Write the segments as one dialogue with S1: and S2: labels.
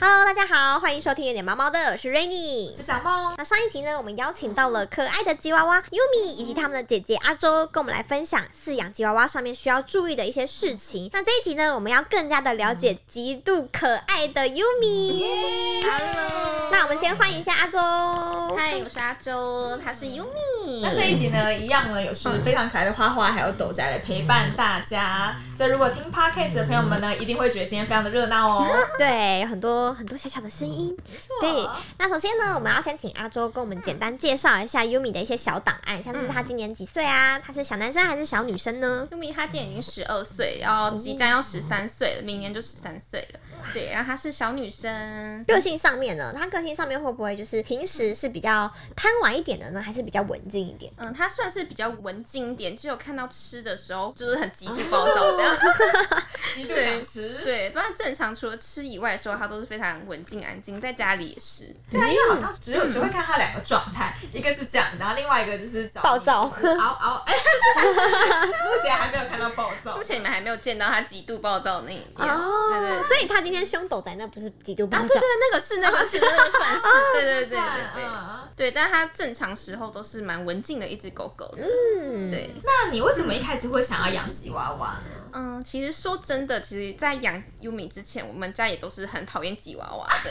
S1: Hello，大家好，欢迎收听有点毛毛的，我是 Rainy，
S2: 是小梦。
S1: 那上一集呢，我们邀请到了可爱的吉娃娃 Yumi 以及他们的姐姐阿周，跟我们来分享饲养吉娃娃上面需要注意的一些事情。那这一集呢，我们要更加的了解极度可爱的 Yumi。
S2: Hello，
S1: 那我们先欢迎一下阿周。
S3: 嗨，我是阿周，他是 Yumi。
S2: 那
S1: 嗯
S2: 这一集呢，一样呢，有是非常可爱的花花还有斗仔来陪伴大家。所以如果听 podcast 的朋友们呢，一定会觉得今天非常的热闹哦。
S1: 对，有很多很多小小的声音。对，那首先呢，我们要先请阿周跟我们简单介绍一下 Yumi 的一些小档案，像是他今年几岁啊？他是小男生还是小女生呢？
S3: Yumi 他今年已经十二岁，然后即将要十三岁了，明年就十三岁了。对，然后她是小女生，
S1: 个性上面呢，他个性上面会不会就是平时是比较贪玩一点的呢，还是比较文静一点？
S3: 嗯，她算是比较文静一点，只有看到吃的时候就是很极度暴躁 这样。
S2: 极度想吃。
S3: 对，不然正常除了吃以外的时候，她都是非常文静安静，在家里 也是。
S2: 对啊，因为好像只
S3: 嗯
S2: 有只会看他两个状态，一个是这样，然后另外一个就是找你
S1: 暴躁
S2: 就是嗷嗷。 哎，目前还没有看到暴躁
S3: 目。前你们还没有见到她极度暴躁的那一面。
S1: 哦
S3: 对对。
S1: 所以他今天胸斗在那不是极度暴
S3: 啊，
S1: 躁
S3: 对对，那个是那个是那个算是，对对对对
S1: 哦
S3: 对
S2: 嗯嗯
S3: 对，但它正常时候都是蛮文静的一只狗狗的，
S1: 嗯，
S3: 对，
S2: 那你为什么一开始会想要养吉娃娃呢？
S3: 嗯，其实说真的，其实，在养优米之前，我们家也都是很讨厌吉娃娃的，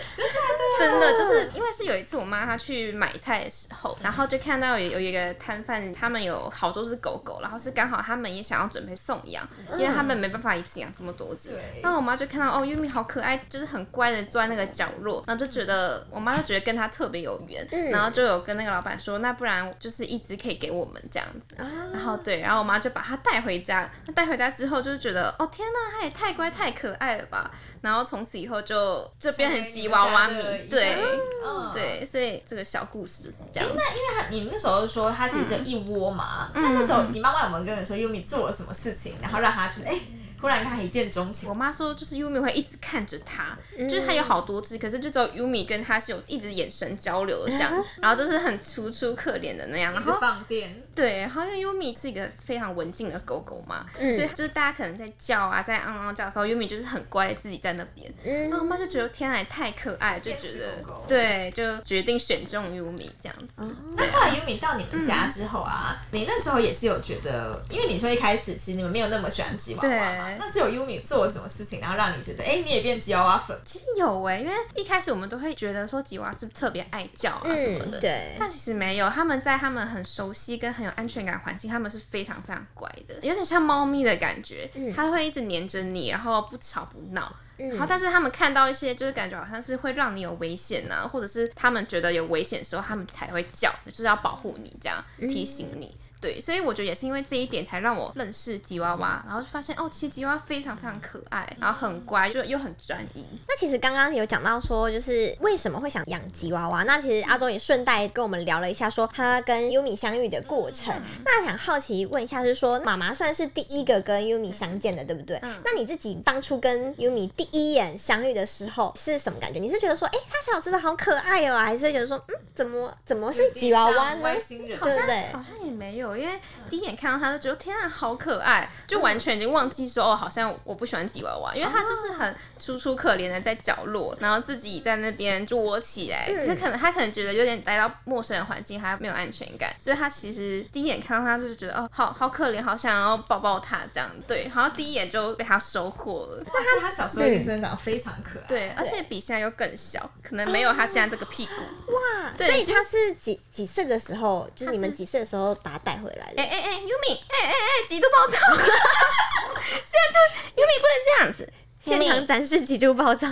S3: 真的就是因为是有一次我妈她去买菜的时候，然后就看到有有一个摊贩，他们有好多只狗狗，然后是刚好他们也想要准备送养，因为他们没办法一次养这么多只
S2: 对。
S3: 那我妈就看到哦，优米好可爱，就是很乖的坐在那个角落，然后就觉得我妈就觉得跟她特别有缘，
S1: 嗯
S3: 然后就有跟那个老板说，那不然就是一只可以给我们这样子。然后对，然后我妈就把它带回家。那带回家之后，就是觉得哦天呐，它也太乖太可爱了吧。然后从此以后就就变成吉娃娃迷
S2: 成为你们，家的
S3: 对
S2: 一嗯，
S3: 对，所以这个小故事就是这样。
S2: 你那时候说它其实就一窝嘛，那、那时候你妈妈有没有跟你说 Yumi 做了什么事情，然后让她觉得哎、忽然她一见钟情
S3: 我？妈说，就是 Yumi 会一直看着它，就是它有好多只，可是就只有 Yumi 跟它是有一直眼神交流的这样，然后就是很楚楚可怜的那样，然
S2: 一直
S3: 后
S2: 放电，
S3: 对，然后因为 Yumi 是一个非常文静的狗狗嘛，
S1: 嗯
S3: 所以就是大家可能在叫啊，在嗯嗯叫的时候，Yumi 就是很乖，自己在那边。
S1: 嗯
S3: 然后我妈就觉得天啊，也太可爱，就觉
S2: 电视
S3: 得
S2: 狗狗
S3: 对，就决定选中 Yumi 这样子。
S2: 那后来 Yumi 到你们家之后啊，你那时候也是有觉得，因为你说一开始其实你们没有那么喜欢吉娃娃嘛
S3: 对，
S2: 那是有 Yumi 做了什么事情，然后让你觉得哎、你也变吉娃娃粉？
S3: 其实有哎、因为一开始我们都会觉得说吉娃是不是特别爱叫啊什么的，
S1: 嗯，对，
S3: 但其实没有，他们在他们很熟悉跟很有安全感的环境，他们是非常非常乖的，嗯有点像猫咪的感觉，它会一直黏着你，然后不吵不闹。然后，但是他们看到一些就是感觉好像是会让你有危险呐、或者是他们觉得有危险的时候，他们才会叫，就是要保护你，这样提醒你。对，所以我觉得也是因为这一点，才让我认识吉娃娃，然后就发现哦，其实吉娃娃非常非常可爱，然后很乖，就又很专一。
S1: 那其实刚刚有讲到说，就是为什么会想养吉娃娃？那其实阿周也顺带跟我们聊了一下，说他跟优米相遇的过程。
S3: 嗯
S1: 那想好奇问一下，是说妈妈算是第一个跟优米相见的，对不对？
S3: 嗯
S1: 那你自己当初跟优米第一眼相遇的时候是什么感觉？你是觉得说，哎、他小吃的好可爱哦、还是觉得说，嗯，怎么怎么是吉娃娃呢
S2: 外？星人，
S1: 对不对？
S3: 好像也啊没有，因为第一眼看到它就觉得天啊，好可爱，就完全已经忘记说哦，好像我不喜欢吉娃娃，因为它就是很楚楚可怜的在角落，然后自己在那边就窝起来，
S1: 嗯
S3: 就可能它可能觉得有点来到陌生的环境，还没有安全感，所以它其实第一眼看到它就是觉得哦，好好可怜，好想要抱抱它这样，对，好像第一眼就被它收获了。
S2: 但是她小时候一定真的长得非常可爱。
S3: 对，而且比现在又更小，可能没有它现在这个屁股。
S1: 哇！
S3: 对
S1: 所以他是几几岁的时候，就是你们
S3: 他是
S1: 几岁的时候把他带回来的
S3: 哎？哎哎，Yumi，哎哎哎，极度暴 躁！现在就 Yumi 不能这样子，
S1: 现场
S3: Yumi，
S1: 展示极度 暴躁，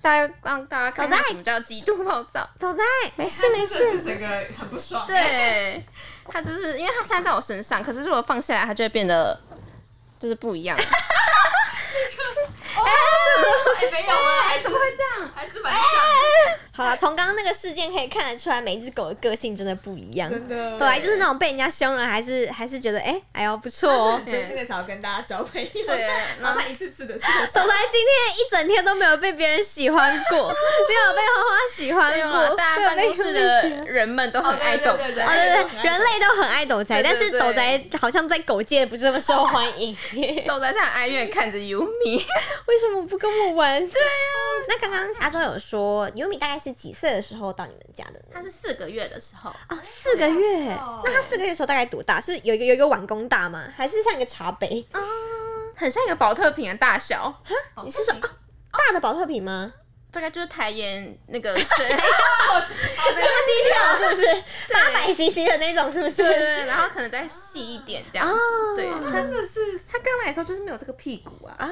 S3: 大家让大家看
S1: 走
S3: 看
S1: 在
S3: 什么叫极度暴躁。
S1: 走在没事
S2: 她
S1: 没
S2: 真的
S1: 事。
S2: 是整个很不爽。，哎
S3: 对，他就是因为他现在在我身上，可是如果放下来，他就会变得就是不一样。
S2: 哎、没有啊，还是啊
S3: 怎么会这样？
S2: 还是蛮像的。
S1: 好 了，从刚刚那个事件可以看得出来，每一只狗的个性真的不一样。
S2: 真的，
S1: 本来就是那种被人家凶了，还是还是觉得哎、 哎呦不错哦。
S2: 真心的想要跟大家交朋友，
S3: 对
S2: 然后他一次次的受伤，
S1: 走来今天一整天都没有被别人喜欢 过，没有被花花喜欢
S3: 没有
S1: 过，
S3: 啊，大
S1: 没
S3: 家
S1: 有
S3: 办
S1: 被
S3: 公室
S1: 优美喜欢
S3: 的人们都很爱狗
S2: 对对对
S1: 哦，
S3: 仔，
S1: 对对，人类都很爱斗宅，
S3: 对
S1: 但
S3: 对
S1: 是
S3: 对
S1: 斗宅好像在狗界不是这么受欢 迎。为
S3: 狗仔像哀怨看着尤米，
S1: 什么不跟我玩？对啊，那刚刚阿周有说，尤米大概是几岁的时候到你们家的呢？
S3: 它是四个月的时候，
S1: 哦，四个月。
S2: 好巧
S1: 那他四个月的时候大概多大？是有一个有一个碗公大吗？还是像一个茶杯？
S3: 很像一个保特瓶的大小，
S1: 你是 说啊，大的保特瓶吗？
S3: 大概就是台盐那个水，
S1: 这么低调是不是？八百 CC 的那种是不
S3: 对对
S1: 是？
S3: 对，然后可能再细一点这样子，
S1: 哦
S3: 对，它
S2: 真的是
S3: 它刚来的时候就是没有这个屁股啊，
S1: 啊，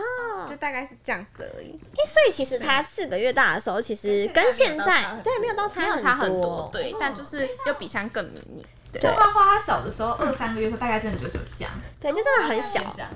S3: 就大概是这样子而已，
S1: 哎，所以其实他四个月大的时候，其实跟
S2: 跟
S1: 现
S2: 现在
S1: 在对没
S2: 没
S1: 有
S2: 有
S1: 到差
S3: 没有差很
S1: 多
S3: 多，，对，但就是又比香更迷你，对
S2: 像。花花小的时候，二三个月的时候，大概真的就就这样，
S1: 对，就真的很小
S2: 就，这样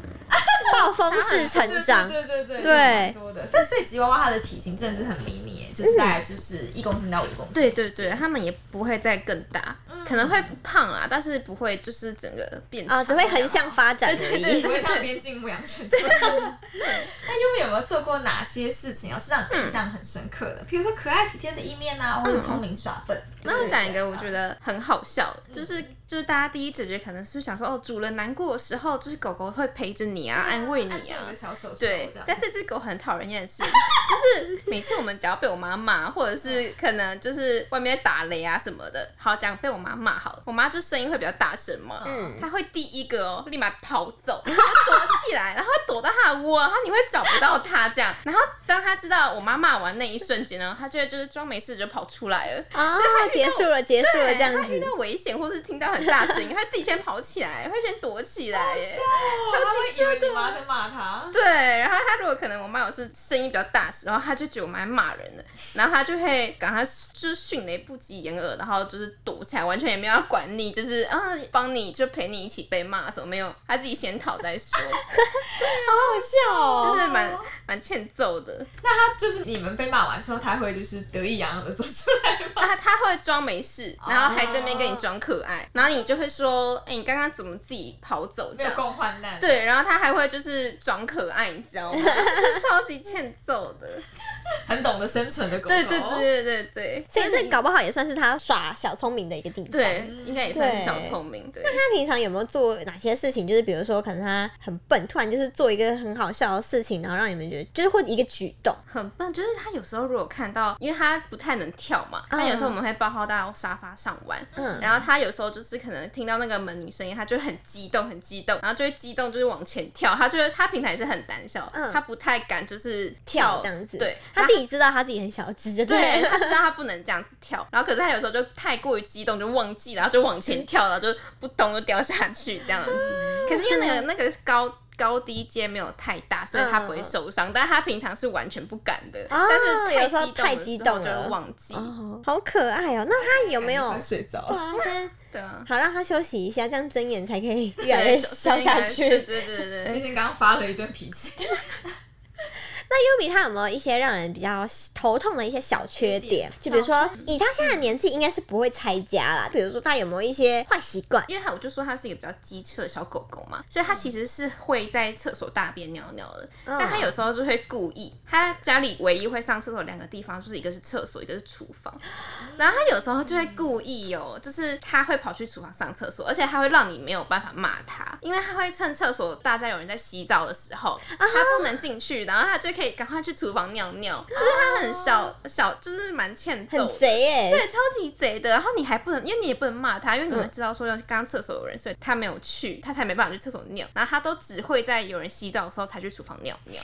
S1: 暴风式成长。
S2: 对对对对
S1: 对
S2: 对，蛮多的。但所以吉娃娃它的体型真的是很迷你耶，就是大概就是一公斤到五公 斤。
S3: 对对对，他们也不会再更大，可能会胖啦，但是不会就是整个变
S1: 啊，
S3: 长
S1: 只会横向发展而
S3: 对 对
S1: 已
S2: 不。会像边境牧羊犬这样。那优米有没有做过哪些事情啊，是让你印象很深刻的？比如说可爱体贴的一面啊，或者聪明耍笨。
S3: 那我讲一个我觉
S2: 得
S3: 得很好笑，就是就是大家第一直觉可能是想说哦，主人难过的时候，就是狗狗会陪着你啊，安慰你啊。
S2: 小手手
S3: 对
S2: 这，样
S3: 但这只狗很讨人厌的是， 就是每次我们只要被我妈骂，或者是
S1: 嗯
S3: 可能就是外面打雷啊什么的，好讲被我妈骂好了，我妈就声音会比较大声嘛，
S1: 嗯
S3: 她会第一个哦立马跑走， 然后躲起来，然后躲到她的窝，然后你会找不到她这样，然后当她知道我妈骂完那一瞬间呢，她就会就是装没事就跑出来了。
S1: 啊，结束了，结束了，
S3: 对，
S1: 这样
S3: 他遇
S1: 子。
S3: 到危险或是听到很大声音，他自己先跑起来，会先躲起来耶。
S2: 他会
S3: 超级
S2: 以为你妈在骂他。
S3: 对，然后他如果可能我妈有是声音比较大时候，他就觉得我妈在骂人了，然后他就会赶快就是迅雷不及掩耳，然后就是躲起来，完全也没有要管你，就是啊帮你就陪你一起被骂什么没有，他自己先逃再 说，
S1: 好笑
S3: 就
S1: 哦。
S3: 是蛮蛮欠揍的。
S2: 那他就是你们被骂完之后，他会就是得意洋洋的走出来吗？
S3: 他他会装没事，然后还在那边跟你装可爱，然后你就会说，哎、你刚刚怎么自己跑走这
S2: 没有
S3: 样？
S2: 共患难。
S3: 对，然后他还会就是装可爱，你知 道吗？就是超级欠揍的。
S2: 很 懂得生存的狗狗。
S3: 对对对对对对，
S1: 所以
S3: 就是
S1: 这搞不好也算是他耍小聪明的一个地方。
S3: 对应该也算是小聪明。对，
S1: 他平常有没有做哪些事情？就是比如说，可能他很笨，突然就是做一个很好笑的事情，然后让你们觉得就是会一个举动。
S3: 很笨，就是他有时候如果看到，因为他不太能跳嘛，
S1: 嗯
S3: 他有时候我们会抱他到沙发上玩。
S1: 嗯，
S3: 然后他有时候就是可能听到那个门铃声音，他就会很激动，很激动，然后就会激动，就是往前跳。他就是他平常也是很胆小，
S1: 嗯
S3: 他不太敢就是
S1: 跳
S3: 跳
S1: 这样子。
S3: 对，
S1: 他自己知道他自己很小只，就
S3: 对
S1: 了
S3: 他知道他不能这样子跳，然后可是他有时候就太过于激动，就忘记，然后就往前跳，然后就扑通就掉下去这样子。
S1: 嗯
S3: 可是因为那个那个高高低阶没有太大，所以他不
S1: 嗯
S3: 会受伤，但他平常是完全不敢的。
S1: 哦有
S3: 但
S1: 时候
S3: 是
S1: 太
S3: 太
S1: 激
S3: 激
S1: 动
S3: 动
S1: 了
S3: 的时候就会忘记。
S1: 哦，好可爱哦。那他有 没有？
S2: 哎快睡着
S1: 对
S2: 了。
S1: 啊，先
S3: 对啊，
S1: 好让他休息一下，这样睁眼才可以越来越消下去。
S3: 对对对
S2: 今
S3: 对对。
S2: 天刚刚发了一顿脾气，
S1: 那优比他有没有一些让人比较头痛的一些小缺点？就比如说，以他现在的年纪，应该是不会拆家啦。比如说，他有没有一些坏习惯？
S3: 因为他我就说他是一个比较机车的小狗狗嘛，所以他其实是会在厕所大便尿尿的，
S1: 嗯
S3: 但他有时候就会故意。他家里唯一会上厕所两个地方，就是一个是厕所，一个是厨房。然后他有时候就会故意哦，就是他会跑去厨房上厕所，而且他会让你没有办法骂他，因为他会趁厕所大家有人在洗澡的时候，他不能进去，然后他就可以赶快去厨房尿尿，就是他很小小，就是蛮欠揍
S1: 很
S3: 的。
S1: 贼耶、
S3: 对，超级贼的。然后你还不能，因为你也不能骂他，因为你们知道说，刚刚厕所有人，所以他没有去，他才没办法去厕所尿。然后他都只会在有人洗澡的时候才去厨房尿 尿，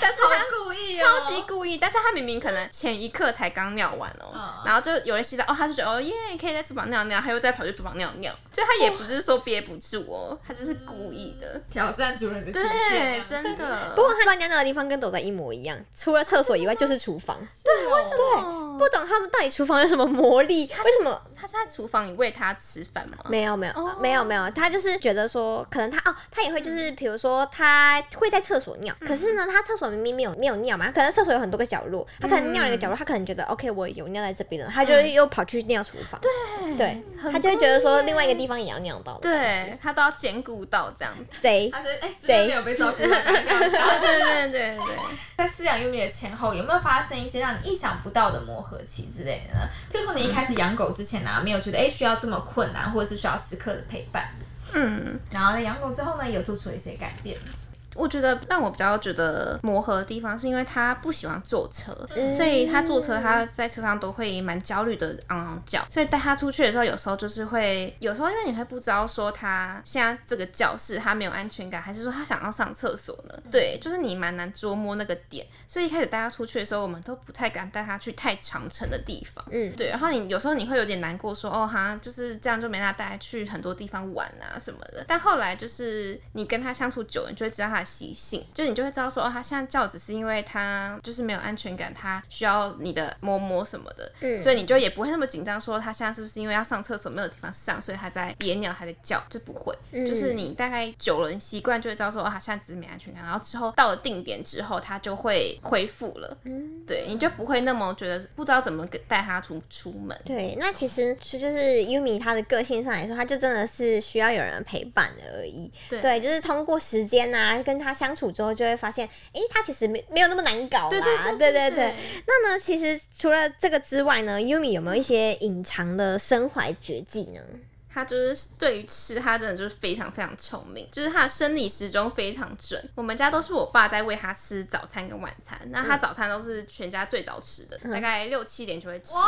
S3: 但是他。
S2: 故意
S3: 超级故意，哦但是他明明可能前一刻才刚尿完哦，
S2: 嗯
S3: 然后就有人洗澡哦，他就觉得哦耶，可以在厨房尿尿，他又再跑去厨房尿尿，就他也不是说憋不住哦，他就是故意的，
S2: 挑战主人的底线
S3: 对，
S2: 啊。
S3: 真的，
S1: 嗯不过他乱尿尿的地方跟斗仔一模一样，除了厕所以外就是厨房。
S2: 对，为什么？
S1: 不懂他们到底厨房有什么魔力？为什么
S3: 他是在厨房里喂它吃饭吗？
S1: 没有没有、
S3: 哦
S1: 没有没有，他就是觉得说，可能他哦，他也会就是，比如说他会在厕所尿，可是呢，他厕所明明没有没有尿嘛，可能厕所有很多个角落，他可能尿了一个角落，他可能觉得 OK，我有尿在这边了，他就又跑去尿厨房，对对，
S3: 很
S1: 他就会觉得说另外一个地方也要尿到的，
S3: 对，它都要兼顾到这样 子。
S1: 贼
S2: 他是哎，真的没有被照顾，很搞笑
S3: 对对对对对，
S2: 在饲养优米的前后，有没有发生一些让你意想不到的磨合期之类的呢？譬如说，你一开始养狗之前啊，没有觉得哎、诶需要这么困难，或者是需要时刻的陪伴。
S3: 嗯，
S2: 然后在养狗之后呢，有做出了一些改变。
S3: 我觉得让我比较觉得磨合的地方，是因为他不喜欢坐车，所以他坐车他在车上都会蛮焦虑的，昂昂叫。所以带他出去的时候，有时候就是会，有时候因为你会不知道说他现在这个教室他没有安全感，还是说他想要上厕所呢？对，就是你蛮难捉摸那个点。所以一开始带他出去的时候，我们都不太敢带他去太长程的地方。
S1: 嗯
S3: 对，然后你有时候你会有点难过说，哦哈，就是这样就没他带去很多地方玩啊什么的。但后来就是你跟他相处久了，你就会知道他的习性，就你就会知道说，哦，他现在叫只是因为他就是没有安全感，他需要你的摸摸什么的，
S1: 嗯
S3: 所以你就也不会那么紧张，说他现在是不是因为要上厕所没有地方上，所以他在憋尿还在叫，就不会。
S1: 嗯
S3: 就是你大概久了，你习惯就会知道说，哦，他现在只是没安全感，然后之后到了定点之后，他就会恢复了。对，你就不会那么觉得不知道怎么跟带他出出门。
S1: 对，那其实是就是 Yumi 她的个性上来说，她就真的是需要有人陪伴而已。
S3: 对
S1: 就是通过时间呐、跟她相处之后，就会发现，诶，她其实没没有那么难搞啦。
S3: 对对
S1: 对
S3: 对
S1: 对那呢，其实除了这个之外呢，Yumi 有没有一些隐藏的身怀绝技呢？
S3: 他就是对于吃，他真的就是非常非常聪明，就是他的生理时钟非常准。我们家都是我爸在喂他吃早餐跟晚餐，那
S1: 嗯
S3: 他早餐都是全家最早吃的，大概六七点就会吃的，
S2: 哇，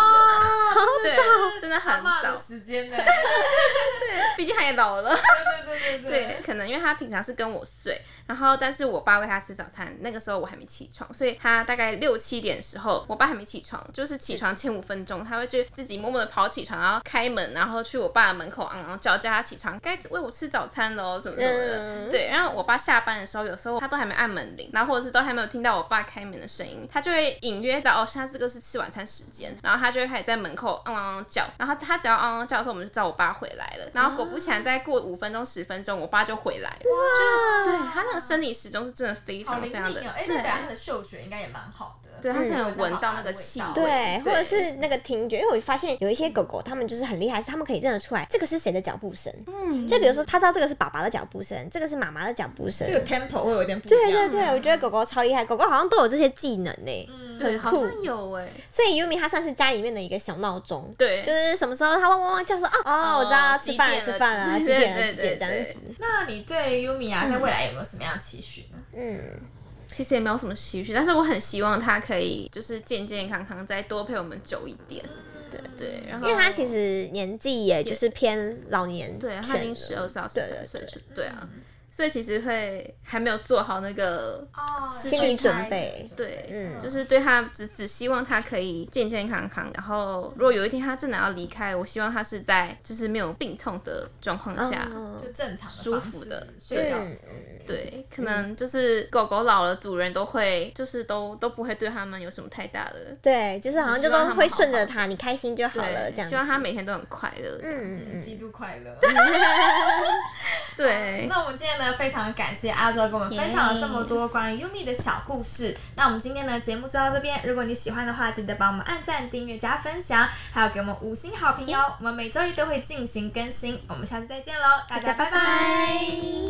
S3: 对，真的
S2: 阿
S3: 很
S2: 妈的
S3: 早。
S2: 时间呢？对对
S3: 对，毕竟他也老了。
S2: 对对对
S3: 对，可能因为他平常是跟我睡，然后但是我爸喂他吃早餐，那个时候我还没起床，所以他大概六七点的时候，我爸还没起床，就是起床前五分钟，他会就自己默默的跑起床，然后开门，然后去我爸的门口，然后叫叫他起床，该喂我吃早餐喽，什么什么的。
S1: 嗯
S3: 对，然后我爸下班的时候，有时候他都还没按门铃，然后或者是都还没有听到我爸开门的声音，他就会隐约到哦，现在这个是吃晚餐时间，然后他就会开始在门口嗯嗯嗯叫，然后他只要嗯嗯嗯叫的时候，我们就知道我爸回来了，然后果不
S2: 啊
S3: 其然，再过五分钟十分钟，我爸就回来了，就是对他那个生理时钟是真的非
S2: 好
S3: 常
S2: 灵
S3: 非
S2: 敏
S3: 常的
S2: 哦！哎，这
S3: 对
S2: 表示他的嗅觉应该也蛮好的。
S3: 对，他可
S1: 嗯
S3: 能闻到那个气味，
S2: 对
S1: 对，或者
S3: 对
S1: 是那个听觉，因为我发现有一些狗狗，它们就是很厉害，是它们可以认得出来这个是谁的脚步声。嗯，就比如说，它知道这个是爸爸的脚步声，这个是妈妈的脚步声
S2: 这。个 tempo 会有点不一
S1: 对
S2: 样。
S1: 对对，我觉得狗狗超厉害，狗狗好像都有这些技能呢、
S2: 嗯
S3: 对，好
S1: 酷
S3: 像有哎、
S1: 所以 Yumi 它算是家里面的一个小闹钟，
S3: 对，
S1: 就是什么时候它汪汪汪叫说哦哦，我知道吃饭了吃饭了，
S3: 几
S1: 几
S3: 点
S1: 点
S3: 了
S1: 了几点这
S3: 对对对
S1: 样子，
S2: 那你对 Yumi 啊，在未来有没有什么样的期许呢？
S1: 嗯，
S3: 其实也没有什么期许，但是我很希望他可以就是健健康康，再多陪我们久一点。对对，然
S1: 因
S3: 后
S1: 为它其实年纪也就是偏老年
S3: 对他已
S1: 犬了，
S3: 经十二岁到十
S1: 对对
S3: 三岁就对啊，
S2: 嗯
S3: 所以其实会还没有做好那个
S2: 哦，
S1: 心理准备
S3: 对，
S1: 嗯
S3: 就是对他只只希望他可以健健康康。然后如果有一天他真的要离开，我希望他是在就是没有病痛的状况下。
S1: 嗯
S2: 就正常的
S3: 舒服的
S2: 方式睡觉的嗯时候。
S3: 对，可能就是狗狗老了，主人都会就是都都不会对他们有什么太大的
S1: 对，就是好像就
S3: 只希望它
S1: 都
S3: 们
S1: 会顺着
S3: 好
S1: 它，你开心就好了，
S3: 对，
S1: 这样
S3: 希望
S1: 子。
S3: 他每天都很快乐。嗯，
S1: 嗯嗯，
S2: 极度快乐。
S3: 对，
S2: 那我们今天呢，非常感谢阿周跟我们分享了这么多关于 Yumi 的小故事。那我们今天呢，节目就到这边。如果你喜欢的话，记得帮我们按赞、订阅、加分享，还有给我们五星好评哦。我们每周一都会进行更新，我们下次再见喽，大家拜拜
S1: 拜